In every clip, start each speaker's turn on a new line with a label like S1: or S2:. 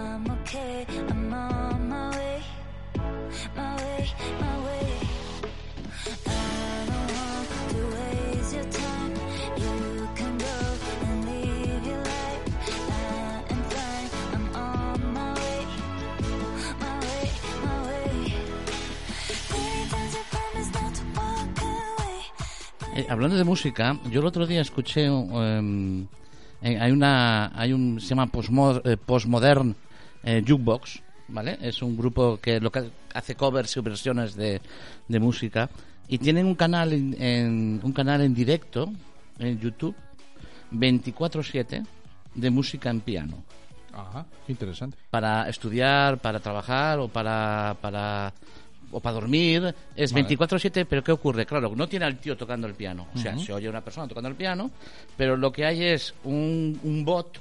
S1: okay. I'm on my way, my way, my way. I don't want to waste your time. You can go and live your life. I am fine. I'm on my way, my way, my way. Great as you promised not to walk away.
S2: Eh, hablando de música, yo el otro día escuché um, eh, hay una hay un se llama postmo- eh, postmodern eh, jukebox, ¿vale? Es un grupo que lo que hace covers y versiones de, de música y tienen un canal en, en- un canal en directo en YouTube 24/7 de música en piano
S3: Ajá, qué interesante.
S2: para estudiar, para trabajar o para, para o para dormir. Es
S3: Vale.
S2: 24/7, pero ¿qué ocurre? Claro, no tiene al tío tocando el piano. O sea, se oye una persona tocando el piano, pero lo que hay es un, un bot,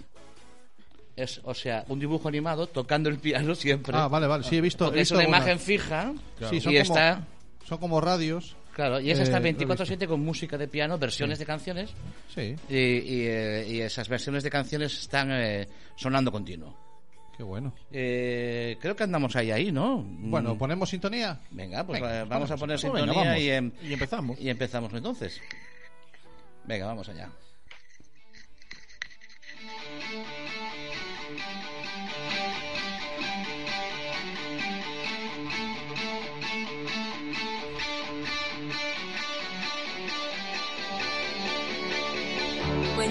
S2: es, o sea, un dibujo animado tocando el piano siempre.
S3: Ah, vale, vale, sí, he visto. he
S2: Porque es
S3: visto
S2: una
S3: algunas.
S2: imagen fija
S3: Sí,
S2: y
S3: son como-
S2: está...
S3: Son como radios.
S2: Claro, y esa
S3: Eh,
S2: está
S3: lo he visto.
S2: 24-7 con música de piano, versiones de canciones,
S3: Sí,
S2: y, y, eh, y esas versiones de canciones están eh, sonando continuo.
S3: qué bueno.
S2: Eh, creo que andamos ahí, ahí, ¿no?
S3: Bueno,
S2: Mm.
S3: ¿ponemos sintonía?
S2: Venga, pues
S4: pues, Venga,
S2: eh, vamos, a poner
S4: pues
S2: sintonía
S4: venga, vamos.
S2: y, em,
S4: Y empezamos.
S2: y empezamos entonces. Venga, vamos allá.
S5: When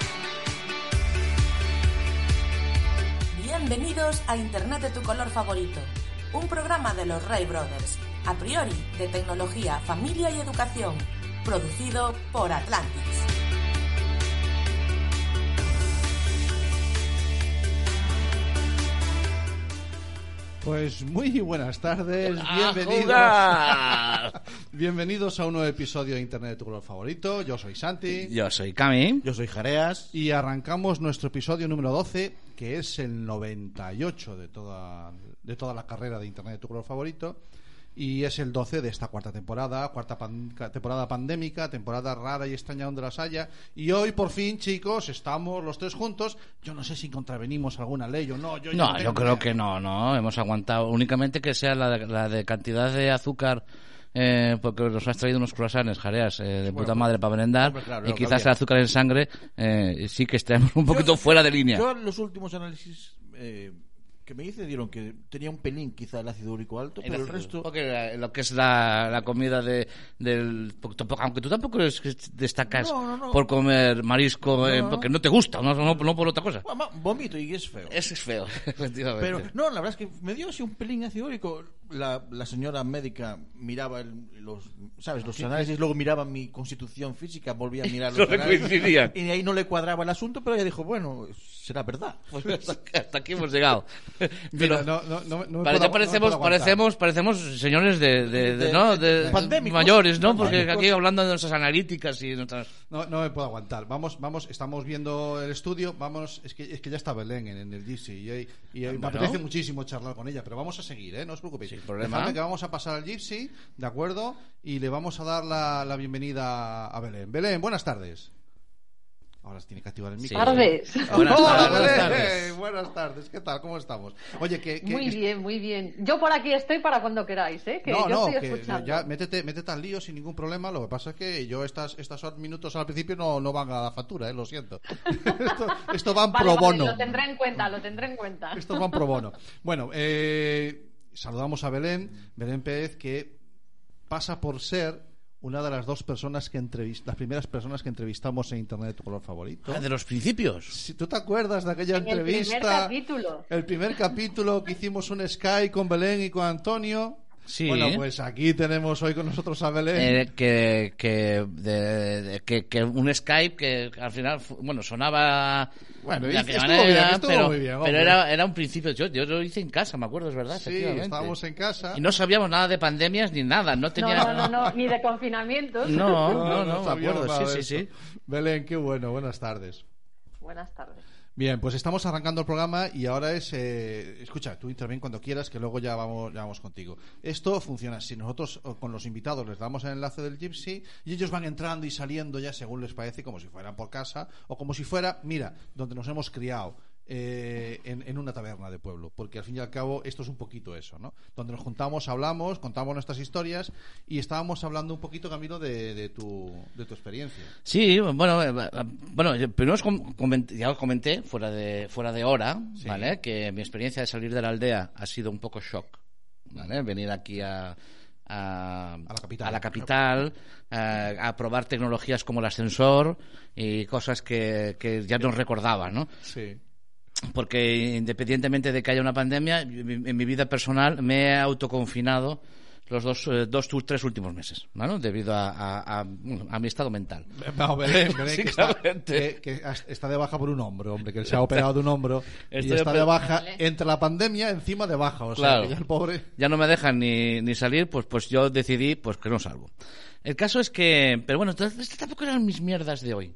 S6: Bienvenidos a Internet de tu color favorito, un programa de los Ray Brothers, a priori de tecnología, familia y educación, producido por Atlantis.
S3: Pues muy buenas tardes,
S2: ¡A
S3: bienvenidos.
S2: jugar!
S3: Bienvenidos a un nuevo episodio de Internet de tu color favorito. Yo soy Santi.
S2: Yo soy Cami.
S4: Yo soy Jareas.
S3: Y arrancamos nuestro episodio número 12, que es el 98 de toda, de toda la carrera de Internet de tu color favorito. Y es el 12 de esta cuarta temporada, cuarta pan- ca- temporada pandémica, temporada rara y extraña donde las haya. Y hoy, por fin, chicos, estamos los tres juntos. Yo no sé si contravenimos alguna ley o no. Yo, ya
S2: No,
S3: tengo
S2: yo creo
S3: idea.
S2: que no, no. Hemos aguantado únicamente que sea la, de- la de cantidad de azúcar. eh, porque nos has traído unos croissants, jareas, eh, de puta madre para merendar.
S4: pues, hombre, claro,
S2: y
S4: lo que
S2: quizás
S4: había.
S2: el azúcar en sangre eh, sí que estemos un poquito fuera de línea.
S4: Yo los últimos análisis eh, que me hice dieron que tenía un pelín quizá el ácido úrico alto,
S2: El
S4: pero el
S2: ácido.
S4: resto...
S2: Porque la- lo que es la, la comida de, del. porque tampoco- aunque tú tampoco es que destacas
S4: No, no, no.
S2: por comer marisco, eh, porque no te gusta, no, no, no por otra cosa.
S4: Bueno, va- vomito y es feo.
S2: Eso es feo, efectivamente.
S4: Pero no, la verdad es que me dio así un pelín ácido úrico. La, la señora médica miraba el- los, ¿sabes? Los análisis, luego miraba mi constitución física, volvía a mirar
S2: No
S4: los
S2: le
S4: análisis,
S2: coincidía.
S4: Y ahí no le cuadraba el asunto, pero ella dijo, bueno, será verdad.
S2: Pues hasta, hasta aquí hemos llegado. Pero
S3: Mira, no- no- no me- no me
S2: pare-
S3: puedo-
S2: ya parecemos,
S3: no me puedo aguantar.
S2: parecemos, parecemos señores de, de- de-
S4: De-
S2: ¿no? de-
S4: de- pandémicos.
S2: mayores, ¿no? Porque
S4: Pandémicos.
S2: aquí hablando de nuestras analíticas y nuestras.
S3: No, no me puedo aguantar. Vamos, vamos, estamos viendo el estudio. Vamos, es que, es que ya está Belén en, en el GC y, ahí- y ahí me
S2: Bueno.
S3: apetece muchísimo charlar con ella, pero vamos a seguir, ¿eh? No os preocupéis.
S2: Sin problema.
S3: Dejadme que vamos a pasar al Gypsy, ¿de acuerdo? Y le vamos a dar la, la bienvenida a Belén. Belén, buenas tardes. Ahora se tiene que activar el
S2: Sí.
S3: micro.
S7: Tardes.
S2: Buenas
S3: Hola,
S2: tardes, buenas
S3: Belén.
S2: tardes.
S3: Eh, buenas tardes, ¿qué tal? ¿Cómo estamos? Oye, que. que-
S7: Muy bien, muy bien. Yo por aquí estoy para cuando queráis, ¿eh? Que
S3: no,
S7: yo
S3: no,
S7: estoy
S3: que
S7: escuchando.
S3: ya métete, métete al lío sin ningún problema. Lo que pasa es que yo estas estas minutos al principio no, no van a la factura, eh, lo siento. esto, esto va en
S7: Vale,
S3: pro
S7: vale,
S3: bono.
S7: lo tendré en cuenta, lo tendré en cuenta.
S3: Esto va en pro bono. Bueno, eh, saludamos a Belén, Belén Pérez, que pasa por ser una de las dos personas que entrevist las primeras personas que entrevistamos en Internet de tu color favorito.
S2: Ah, de los principios.
S3: Si tú te acuerdas de aquella
S7: En el primer
S3: entrevista,
S7: capítulo.
S3: el primer capítulo que hicimos un Sky con Belén y con Antonio.
S2: Sí.
S3: Bueno, pues aquí tenemos hoy con nosotros a Belén.
S2: Eh, que, que, de- de- que, que un Skype que al final, fu- bueno, sonaba
S3: Bueno,
S2: de
S3: y-
S2: aquella
S3: estuvo
S2: manera,
S3: bien, estuvo
S2: pero,
S3: muy bien,
S2: pero
S3: hombre.
S2: era, era un principio. Yo, yo lo hice en casa, me acuerdo, es verdad.
S3: sí,
S2: efectivamente.
S3: estábamos en casa.
S2: Y no sabíamos nada de pandemias ni nada, no
S7: No,
S2: tenía...
S7: no, no, no, ni de confinamientos.
S2: No, no, no, me acuerdo,
S3: sabíamos Ah, nada
S2: sí,
S3: de
S2: sí,
S3: esto. Belén, qué bueno, buenas tardes.
S7: Buenas tardes.
S3: Bien, pues estamos arrancando el programa y ahora es, eh, escucha, tú interven cuando quieras, que luego ya vamos, ya vamos contigo. Esto funciona así. Nosotros o con los invitados les damos el enlace del Gypsy y ellos van entrando y saliendo ya según les parece, como si fueran por casa o como si fuera, mira, donde nos hemos criado. eh, en, en una taberna de pueblo, porque al fin y al cabo esto es un poquito eso, ¿no? Donde nos juntamos, hablamos, contamos nuestras historias y estábamos hablando un poquito, Camilo, de, de tu, de tu experiencia.
S2: Sí, bueno, eh, eh, bueno, yo primero os com- coment- ya os comenté fuera de fuera de hora, ¿vale? Que mi experiencia de salir de la aldea ha sido un poco shock, ¿vale? Venir aquí a a,
S3: la capital.
S2: capital, eh, a probar tecnologías como el ascensor y cosas que, que ya nos recordaba, ¿no?
S3: Sí.
S2: porque independientemente de que haya una pandemia, yo- en mi vida personal me he autoconfinado los dos, eh, dos, tus tres últimos meses, ¿no? Debido a, a- a- a mi estado mental.
S3: No, Belén, Belén, que, está,
S2: Básicamente.
S3: que- que as- está de baja por un hombro, hombre, que él se ha operado de un hombro y
S2: Estoy
S3: está
S2: oper-
S3: de baja entre la pandemia encima de baja, o sea,
S2: Claro.
S3: que ya el pobre.
S2: ya no me dejan ni, ni salir, pues, pues yo decidí pues que no salgo. El caso es que, pero bueno, entonces, estas tampoco eran mis mierdas de hoy.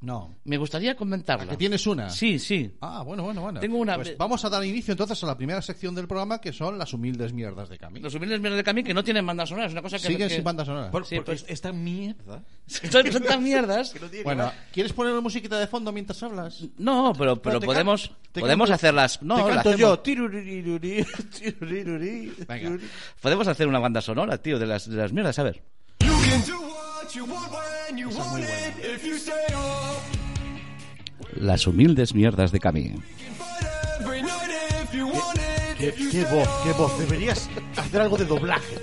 S3: No.
S2: Me gustaría
S3: ¿A
S2: comentarla.
S3: que tienes una?
S2: Sí, sí.
S3: Ah, bueno, bueno, bueno.
S2: Tengo una-
S3: Pues vamos a dar inicio entonces a la primera sección del programa que son las humildes mierdas de Camilo.
S2: Los humildes mierdas de Camín que no tienen banda sonora, es una cosa que...
S3: Siguen
S2: que-
S3: sin banda sonora.
S4: Por-
S2: Sí,
S4: porque
S2: pues-
S4: es- esta mierda.
S2: Son tantas mierdas.
S4: que no tiene
S3: Bueno,
S4: nada.
S3: ¿quieres poner una musiquita de fondo mientras hablas?
S2: No, pero, pero
S4: te can-
S2: podemos,
S4: te
S2: podemos
S4: canto-
S2: hacerlas... No,
S4: Te
S2: la
S4: canto
S2: hacemos.
S4: yo. Tiruririruri, tiruririruri,
S3: Venga.
S4: tiruri.
S2: Podemos hacer una banda sonora, tío, de las, de las mierdas, a ver. Las humildes mierdas de Camille.
S4: Qué, qué voz, qué voz. Deberías hacer algo de doblaje.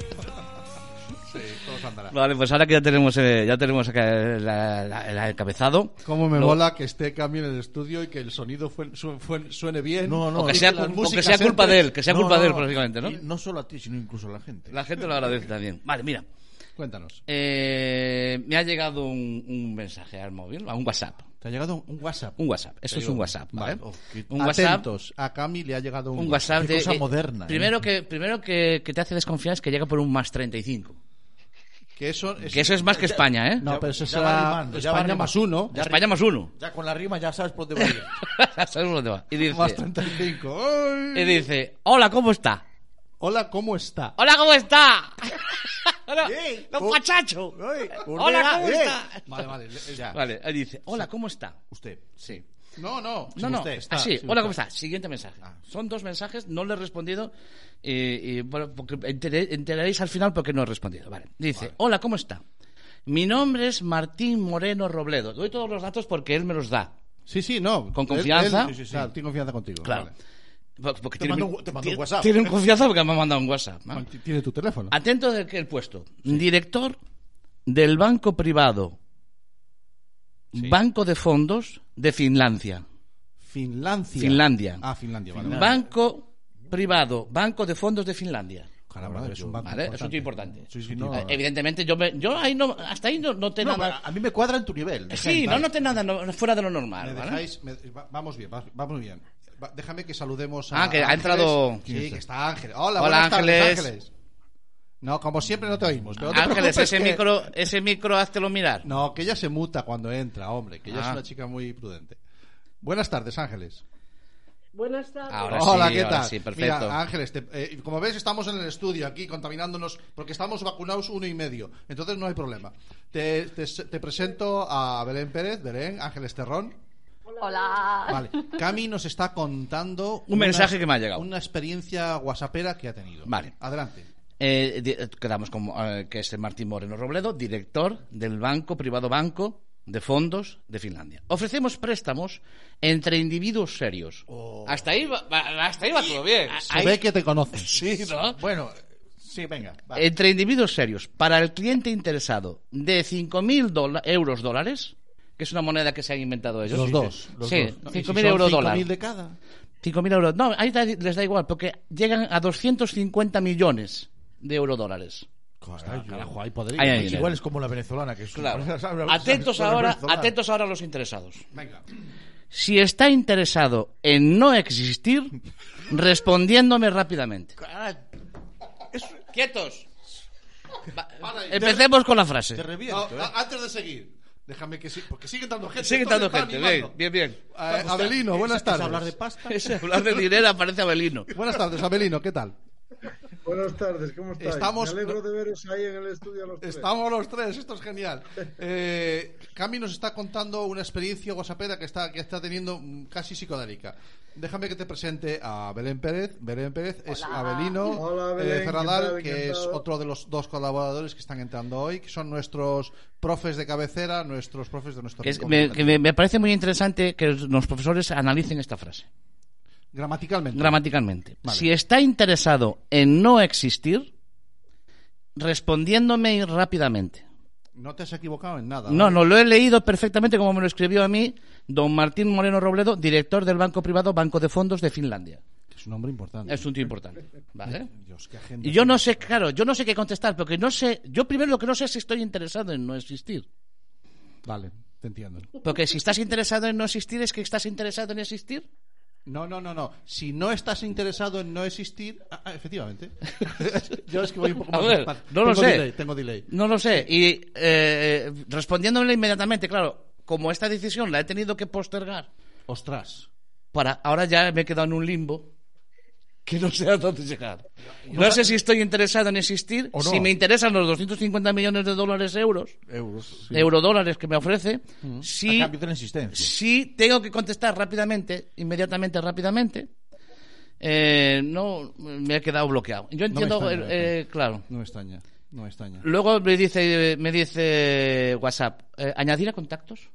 S3: Sí, todo se andará.
S2: Vale, pues ahora que ya tenemos, eh, ya tenemos acá la- la- la- el encabezado.
S3: Cómo me
S2: Lo-
S3: mola que esté Camilo en el estudio y que el sonido fue- su- fue- suene bien.
S4: No, no,
S2: o que
S4: es
S2: sea,
S4: que las
S2: cul- o que
S4: músicas
S2: sea culpa
S4: siempre-
S2: de él, que sea
S4: No,
S2: culpa
S4: no,
S2: de él,
S4: no.
S2: prácticamente, ¿no?
S4: Y no solo a ti, sino incluso a la gente.
S2: La gente lo agradece también. Vale, mira.
S3: Cuéntanos.
S2: eh, me ha llegado un, un mensaje al móvil, a un WhatsApp.
S3: Te ha llegado un WhatsApp.
S2: Un WhatsApp, esto es un WhatsApp, ¿vale?
S3: Vale. Oh,
S2: Un WhatsApp
S3: Atentos, a Cami le ha llegado un,
S2: un WhatsApp de
S4: Qué cosa moderna, ¿eh?
S2: Primero que primero que, que te hace desconfiar es que llega por un más 35.
S3: Que eso es,
S2: Que eso es más que España, ¿eh?
S3: No,
S4: Ya-
S3: pero eso
S4: ya
S3: será
S4: va rimando, ya va
S3: España
S4: rimando.
S3: más uno.
S4: Ya
S2: España más uno.
S4: Ya con la rima ya sabes por dónde va a ir.
S2: Sabes dónde va. Y dice,
S3: Más 35.
S2: y
S3: ¡Ay!
S2: dice, hola, ¿cómo está?
S3: Hola, ¿cómo está?
S2: Hola, ¿cómo está? hola,
S4: Ey,
S2: don
S4: oh,
S2: Pachacho.
S4: ey,
S2: hola, ¿cómo
S4: ey.
S2: está?
S3: Vale, vale. le- ya.
S2: Vale, ahí dice, hola, ¿cómo está?
S4: Usted.
S2: Sí.
S3: No, no.
S4: Pues
S2: No, no,
S3: usted,
S2: así,
S3: sí,
S2: hola,
S3: usted.
S2: ¿cómo está? Siguiente mensaje.
S4: Ah.
S2: Son dos mensajes, no le he respondido. Y, y, bueno, porque enteré- enteraréis al final porque no he respondido. Vale, dice, hola, ¿cómo está? Mi nombre es Martín Moreno Robledo. Doy todos los datos porque él me los da.
S3: Sí, sí, no.
S2: Con
S3: Él-
S2: confianza.
S3: él-
S2: Sí, sí, sí.
S3: Claro, tengo confianza contigo.
S2: Claro.
S3: vale.
S2: Porque- Porque
S4: Te
S2: tiene
S4: mando
S2: mi-
S4: un- te mando un
S2: ti-
S4: WhatsApp.
S2: Tienen confianza porque me ha mandado un WhatsApp. ¿no?
S3: Bueno, t- Tiene tu teléfono.
S2: Atento de que el puesto. Director del Banco Privado. Banco de Fondos de Finlandia.
S3: Finlandia.
S2: Finlandia.
S3: Ah, Finlandia, vale. vale.
S2: Banco Privado. Banco de Fondos de Finlandia.
S3: Caramba, es un banco
S2: ¿Vale? Es un tío
S3: importante.
S2: importante.
S4: Sí, sí, no.
S2: Eh, Evidentemente, yo, me- yo ahí no, hasta ahí no, no te
S4: No,
S2: nada.
S4: pero a mí me cuadra en tu nivel. de
S2: Sí,
S4: gente.
S2: no noté nada no- fuera de lo normal.
S3: Me
S2: ¿vale?
S3: dejáis, me- va- vamos bien, va- vamos bien. Va- déjame que saludemos a
S2: Ah, que ha
S3: Ángeles.
S2: entrado-
S3: Sí, que está Ángel. Hola,
S2: Hola,
S3: buenas tardes,
S2: Ángeles.
S3: Ángeles. No, como siempre no te oímos. pero no te
S2: Ángeles,
S3: preocupes
S2: ese
S3: que-
S2: micro, ese micro, háztelo mirar.
S3: No, que ella se muta cuando entra, hombre, que ella es
S2: Ah.
S3: una chica muy prudente. Buenas tardes, Ángeles.
S8: Buenas tardes.
S2: Ahora
S3: Hola,
S2: sí,
S3: ¿qué
S2: ahora
S3: tal?
S2: sí, perfecto.
S3: Mira, Ángeles, te- eh, como ves, estamos en el estudio aquí contaminándonos porque estamos vacunados uno y medio, entonces no hay problema. Te, te- te presento a Belén Pérez, Belén, Ángeles Terrón.
S7: Hola.
S3: Vale, Cami nos está contando
S2: Un mensaje que me ha llegado.
S3: Una experiencia whatsappera que ha tenido.
S2: Vale.
S3: Adelante.
S2: Eh, di- eh, quedamos con eh, que es Martín Moreno Robledo, director del Banco Privado Banco de Fondos de Finlandia. Ofrecemos préstamos entre individuos serios. Hasta ahí va, va- hasta ahí va todo bien.
S3: Oh. Se
S2: Ahí-
S3: ve que te conoces.
S2: sí, ¿no? Eh,
S4: Bueno, sí, venga. va.
S2: Entre individuos serios, para el cliente interesado, de 5.000 dola- euros dólares, que es una moneda que se han inventado ellos.
S3: Los
S2: Sí,
S3: dos, los
S2: sí,
S3: dos. No, y si
S2: 5.000
S3: son
S2: euros
S3: 5.000
S2: dólares.
S4: de cada.
S2: 5.000 euros. No, ahí da- les da igual, porque llegan a 250 millones de eurodólares.
S4: Carajo.
S3: Carajo, hay podrido.
S2: Ahí, ahí.
S4: Pues igual es como la venezolana, que es
S2: Claro. Atentos ahora, atentos ahora a los interesados.
S3: Venga.
S2: Si está interesado en no existir, respondiéndome rápidamente.
S4: Cara,
S2: Quietos. Va, empecemos con la
S4: te
S2: frase.
S4: reviento,
S3: No,
S4: ¿eh?
S3: a- antes de seguir, déjame que sí, porque sigue entrando gente.
S2: Sigue
S3: esto
S2: entrando
S3: me está
S2: gente. Bien,
S3: animando.
S2: bien, bien.
S3: Eh, Abelino, buenas
S4: ¿Sabes
S3: tardes.
S4: hablar de pasta?
S2: Ese hablar de dinero aparece Abelino.
S3: Buenas tardes, Abelino, ¿qué tal?
S9: Buenas tardes, ¿cómo estáis?
S3: Estamos-
S9: Me alegro de veros ahí en el estudio a los tres.
S3: Estamos los tres, esto es genial. Eh, Cami nos está contando una experiencia guasapera que está, que está teniendo mm, casi psicodélica. Déjame que te presente a Belén Pérez. Belén Pérez es
S7: Hola.
S3: Abelino
S9: Hola,
S3: eh,
S9: Belén, ¿qué
S3: Ferradal,
S9: tal?
S3: que es
S9: Encantado.
S3: otro de los dos colaboradores que están entrando hoy, que son nuestros profes de cabecera, nuestros profes de nuestro
S2: Que es-
S3: rincón.
S2: me, que me- me parece muy interesante que los profesores analicen esta frase
S3: Gramaticalmente.
S2: gramaticalmente.
S3: Vale.
S2: Si está interesado en no existir, respondiéndome rápidamente.
S3: no te has equivocado en nada.
S2: No,
S3: ¿vale?
S2: no, lo he leído perfectamente como me lo escribió a mí don Martín Moreno Robledo, director del Banco Privado Banco de Fondos de Finlandia.
S3: Que Es un hombre importante.
S2: Es un tío importante, ¿vale?
S3: Dios, qué agenda.
S2: Y Eh, yo no sé, claro, yo no sé qué contestar, porque no sé, yo primero lo que no sé es si estoy interesado en no existir.
S3: Vale, te entiendo.
S2: Porque si estás interesado en no existir, es que estás interesado en existir.
S3: No, no, no, no. Si no estás interesado en no existir, ah, ah, efectivamente. Yo es que voy un poco
S2: A
S3: más
S2: ver,
S3: despacio.
S2: no lo
S3: Tengo
S2: sé.
S3: delay, tengo delay.
S2: No lo sé. Y eh, respondiéndole inmediatamente, claro, como esta decisión la he tenido que postergar,
S3: Ostras.
S2: para ahora ya me he quedado en un limbo que no sé a dónde llegar. No sé si estoy interesado en existir,
S4: O no.
S2: si me interesan los 250 millones de dólares euros,
S4: Euros.
S2: eurodólares que me ofrece, si,
S4: A cambio de la insistencia.
S2: si tengo que contestar rápidamente, inmediatamente, rápidamente, eh, no me he quedado bloqueado. Yo entiendo,
S3: extraña,
S2: eh, eh, claro.
S3: No me extraña. No me extraña.
S2: Luego me dice, me dice WhatsApp, eh, ¿añadir a contactos?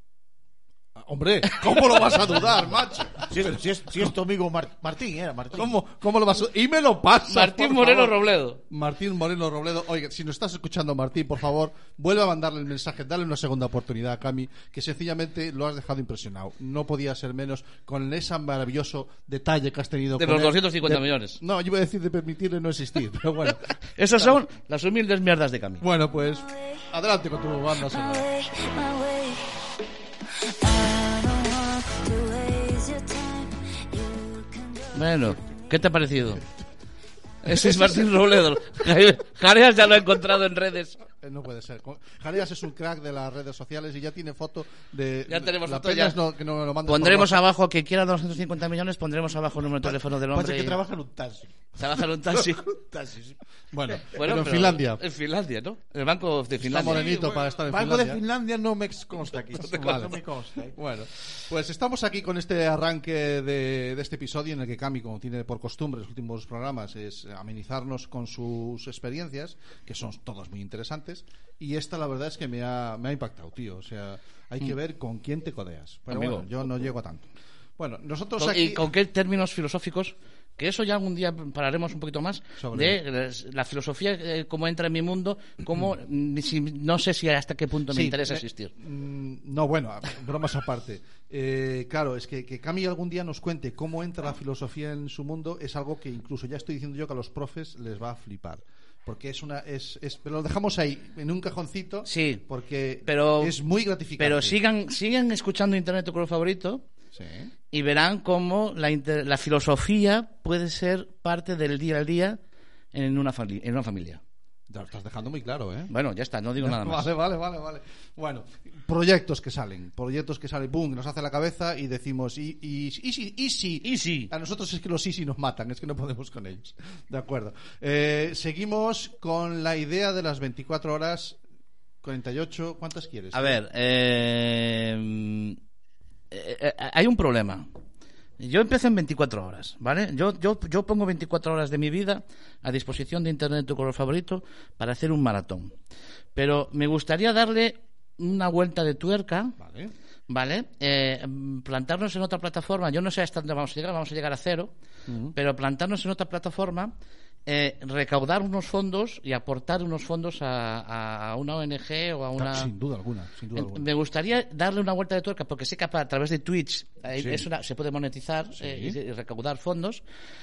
S3: Ah, Hombre, ¿cómo lo vas a dudar, macho?
S4: Si es, si es- si es tu amigo Mar- Martín, era Martín.
S3: ¿Cómo, cómo lo vas a Y me lo pasas.
S2: Martín
S3: por
S2: Moreno
S3: favor.
S2: Robledo.
S3: Martín Moreno Robledo, oiga, si nos estás escuchando, Martín, por favor, vuelve a mandarle el mensaje, dale una segunda oportunidad a Cami, que sencillamente lo has dejado impresionado. No podía ser menos con ese maravilloso detalle que has tenido.
S2: De
S3: con
S2: los
S3: él.
S2: 250
S3: De-
S2: millones.
S3: No, yo iba a decir de permitirle no existir, pero bueno.
S2: Esas son las humildes mierdas de camino.
S3: Bueno, pues adelante con tu banda
S1: My
S3: sonora.
S1: way, my way. I don't want to waste your time. You can go.
S2: Bueno, ¿qué te ha parecido? Ese es Martín Robledo. Jareas ya lo he encontrado en redes.
S3: Eh, No puede ser. Con- Jareas es un crack de las redes sociales y ya tiene foto de.
S2: Ya tenemos
S3: la
S2: foto,
S3: pena
S2: ya.
S3: es no- que no me lo mandes por
S2: Pondremos
S3: WhatsApp.
S2: abajo, que quiera 250 millones, pondremos abajo el número de teléfono del
S4: Pasa
S2: hombre.
S4: que
S2: y-
S4: trabaja en un taxi.
S2: trabaja en un taxi.
S4: Taxi, sí.
S3: Bueno,
S2: Bueno,
S3: pero
S2: pero-
S3: en Finlandia.
S2: En Finlandia, ¿no? El Banco de
S3: Está
S2: Finlandia.
S3: morenito para estar en
S4: Banco de
S3: Finlandia.
S4: Finlandia no me consta aquí.
S3: consta.
S4: No me consta. ¿eh?
S3: Bueno, pues estamos aquí con este arranque de, de este episodio en el que Cami, como tiene por costumbre los últimos programas, es amenizarnos con sus experiencias, que son todas muy interesantes. Y esta, la verdad, es que me ha, me ha impactado, tío. O sea, hay que ver con quién te codeas. Pero
S2: Mm. Amigo.
S3: bueno, yo no llego a tanto. Bueno, nosotros
S2: Con-
S3: aquí.
S2: ¿Y con qué términos filosóficos? Que eso ya algún día pararemos un poquito más
S3: Sobre-
S2: de las- la filosofía, eh, cómo entra en mi mundo, cómo, mm, si- no sé si hasta qué punto me
S3: Sí, eh,
S2: interesa
S3: me-
S2: existir.
S3: Mm, No, bueno, bromas aparte. Eh, claro, es que, que Cami algún día nos cuente cómo entra la filosofía en su mundo es algo que incluso ya estoy diciendo yo que a los profes les va a flipar. Porque es una. Es, es- pero lo dejamos ahí, en un cajoncito.
S2: Sí,
S3: Porque
S2: pero-
S3: es muy gratificante.
S2: Pero sigan, sigan escuchando Internet tu color favorito
S3: Sí.
S2: y verán cómo la, inter- la filosofía puede ser parte del día a día en una, fali- en una familia.
S3: Ya lo estás dejando muy claro, ¿eh?
S2: Bueno, ya está, no digo nada más.
S3: Vale, vale, vale, vale. Bueno, proyectos que salen, proyectos que salen, boom, nos hace la cabeza y decimos, y, y, y si, y si,
S2: Y si.
S3: A nosotros es que los y si nos matan, es que no podemos con ellos. De acuerdo. Eh, seguimos con la idea de las 24 horas, 48, ¿cuántas quieres?
S2: A ver, eh, eh, eh, hay un problema. Yo empecé en 24 horas, ¿vale? Yo, yo, yo pongo 24 horas de mi vida a disposición de Internet tu color favorito para hacer un maratón. Pero me gustaría darle una vuelta de tuerca,
S3: Vale.
S2: ¿vale? Eh, mm, plantarnos en otra plataforma, yo no sé hasta dónde vamos a llegar, vamos a llegar a cero, pero plantarnos en otra plataforma eh, recaudar unos fondos y aportar unos fondos a- a, a una ONG o a una...
S3: Ah, Sin duda alguna, sin duda
S2: En-
S3: alguna.
S2: Me gustaría darle una vuelta de tuerca porque sé que a través de Twitch eh,
S3: Sí.
S2: es una- se puede monetizar
S3: Sí.
S2: eh, y, y recaudar fondos.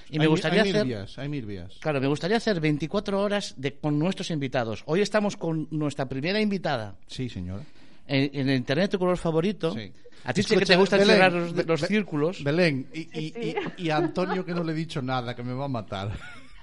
S2: Y
S3: Hay
S2: me
S3: mi-
S2: gustaría
S3: hay
S2: hacer.
S3: Mil vías, hay mil vías.
S2: Claro, me gustaría hacer 24 horas de, con nuestros invitados. Hoy estamos con nuestra primera invitada
S3: Sí, señora.
S2: en, en Internet, tu color favorito.
S3: Sí.
S2: A ti sé que
S3: Escucha,
S2: te gustan
S3: Belén,
S2: cerrar los,
S3: Be-
S2: los
S3: Be-
S2: círculos.
S3: Belén, y, y, y- y a Antonio que no le he dicho nada, que me va a matar.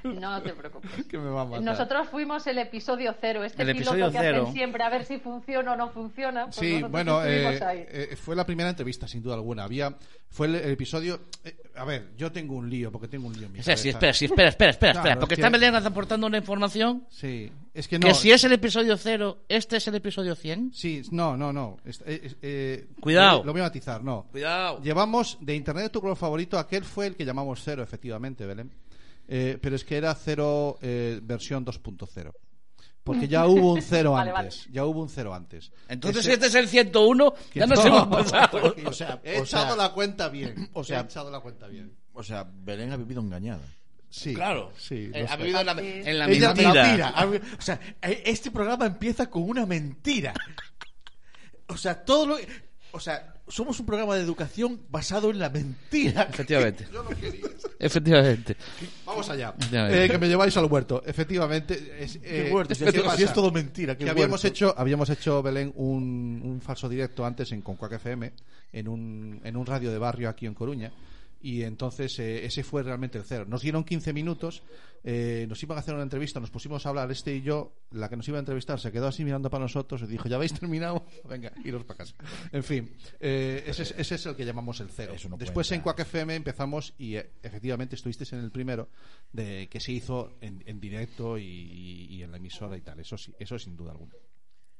S7: No te preocupes.
S3: que me va a matar.
S7: Nosotros fuimos el episodio cero, este
S2: El
S7: piloto
S2: episodio
S7: que
S2: cero.
S7: hacen siempre a ver si funciona o no funciona. pues
S3: sí,
S7: nosotros
S3: bueno,
S7: estuvimos
S3: eh,
S7: ahí.
S3: eh, fue la primera entrevista, sin duda alguna. Había, fue el, el episodio. eh, a ver, yo tengo un lío, porque tengo un lío. en mi
S2: O sea, sí,
S3: cabeza.
S2: espera, sí, espera, espera, espera,
S3: Claro,
S2: espera, porque
S3: es
S2: está
S3: que-
S2: Belén aportando una información
S3: Sí, es que no.
S2: que si es el episodio 0, este es el episodio 100.
S3: Sí, no, no, no. Es- eh, es- eh,
S2: Cuidado.
S3: Lo voy a matizar, no.
S2: Cuidado.
S3: Llevamos de Internet de tu color favorito, aquel fue el que llamamos cero, efectivamente, Belén. Eh, pero es que era cero eh, versión 2.0. Porque ya hubo un cero
S7: Vale,
S3: antes. Ya hubo un cero antes.
S2: Entonces,
S3: Ese-
S2: si este es el 101,
S3: que
S2: ya nos
S3: no.
S2: hemos pasado.
S4: O sea,
S3: he
S4: o sea-
S3: echado la cuenta bien.
S4: o sea-
S3: he echado la cuenta bien.
S4: O sea, Belén ha vivido engañada.
S3: Sí.
S2: Claro.
S3: Sí.
S2: Eh,
S3: lo
S2: ha
S3: sé.
S2: vivido en la, en la
S4: Ella-
S2: mentira.
S4: la mentira. O sea, eh, este programa empieza con una mentira. O sea, todo lo o sea, somos un programa de educación basado en la mentira.
S2: Efectivamente. Efectivamente.
S3: Vamos allá.
S2: Efectivamente.
S3: Eh, que me lleváis al huerto. Efectivamente. Es, eh,
S4: Qué huerto, si
S3: ¿qué
S4: es- si
S3: pasa?
S4: es todo mentira, qué
S3: Que habíamos
S4: huerto.
S3: hecho, habíamos hecho Belén un, un falso directo antes en Concuac FM, en un, en un radio de barrio aquí en Coruña. Y entonces eh, ese fue realmente el cero. Nos dieron 15 minutos, eh, nos iban a hacer una entrevista, nos pusimos a hablar este y yo, la que nos iba a entrevistar se quedó así mirando para nosotros y dijo, ¿ya habéis terminado? Venga, iros para casa. En fin, eh, ese, es, ese es el que llamamos el cero.
S4: Eso no
S3: Después en
S4: cuenta.
S3: Quack FM empezamos y eh, efectivamente estuvisteis en el primero de que se hizo en, en directo y, y en la emisora y tal. Eso sí, eso sin duda alguna.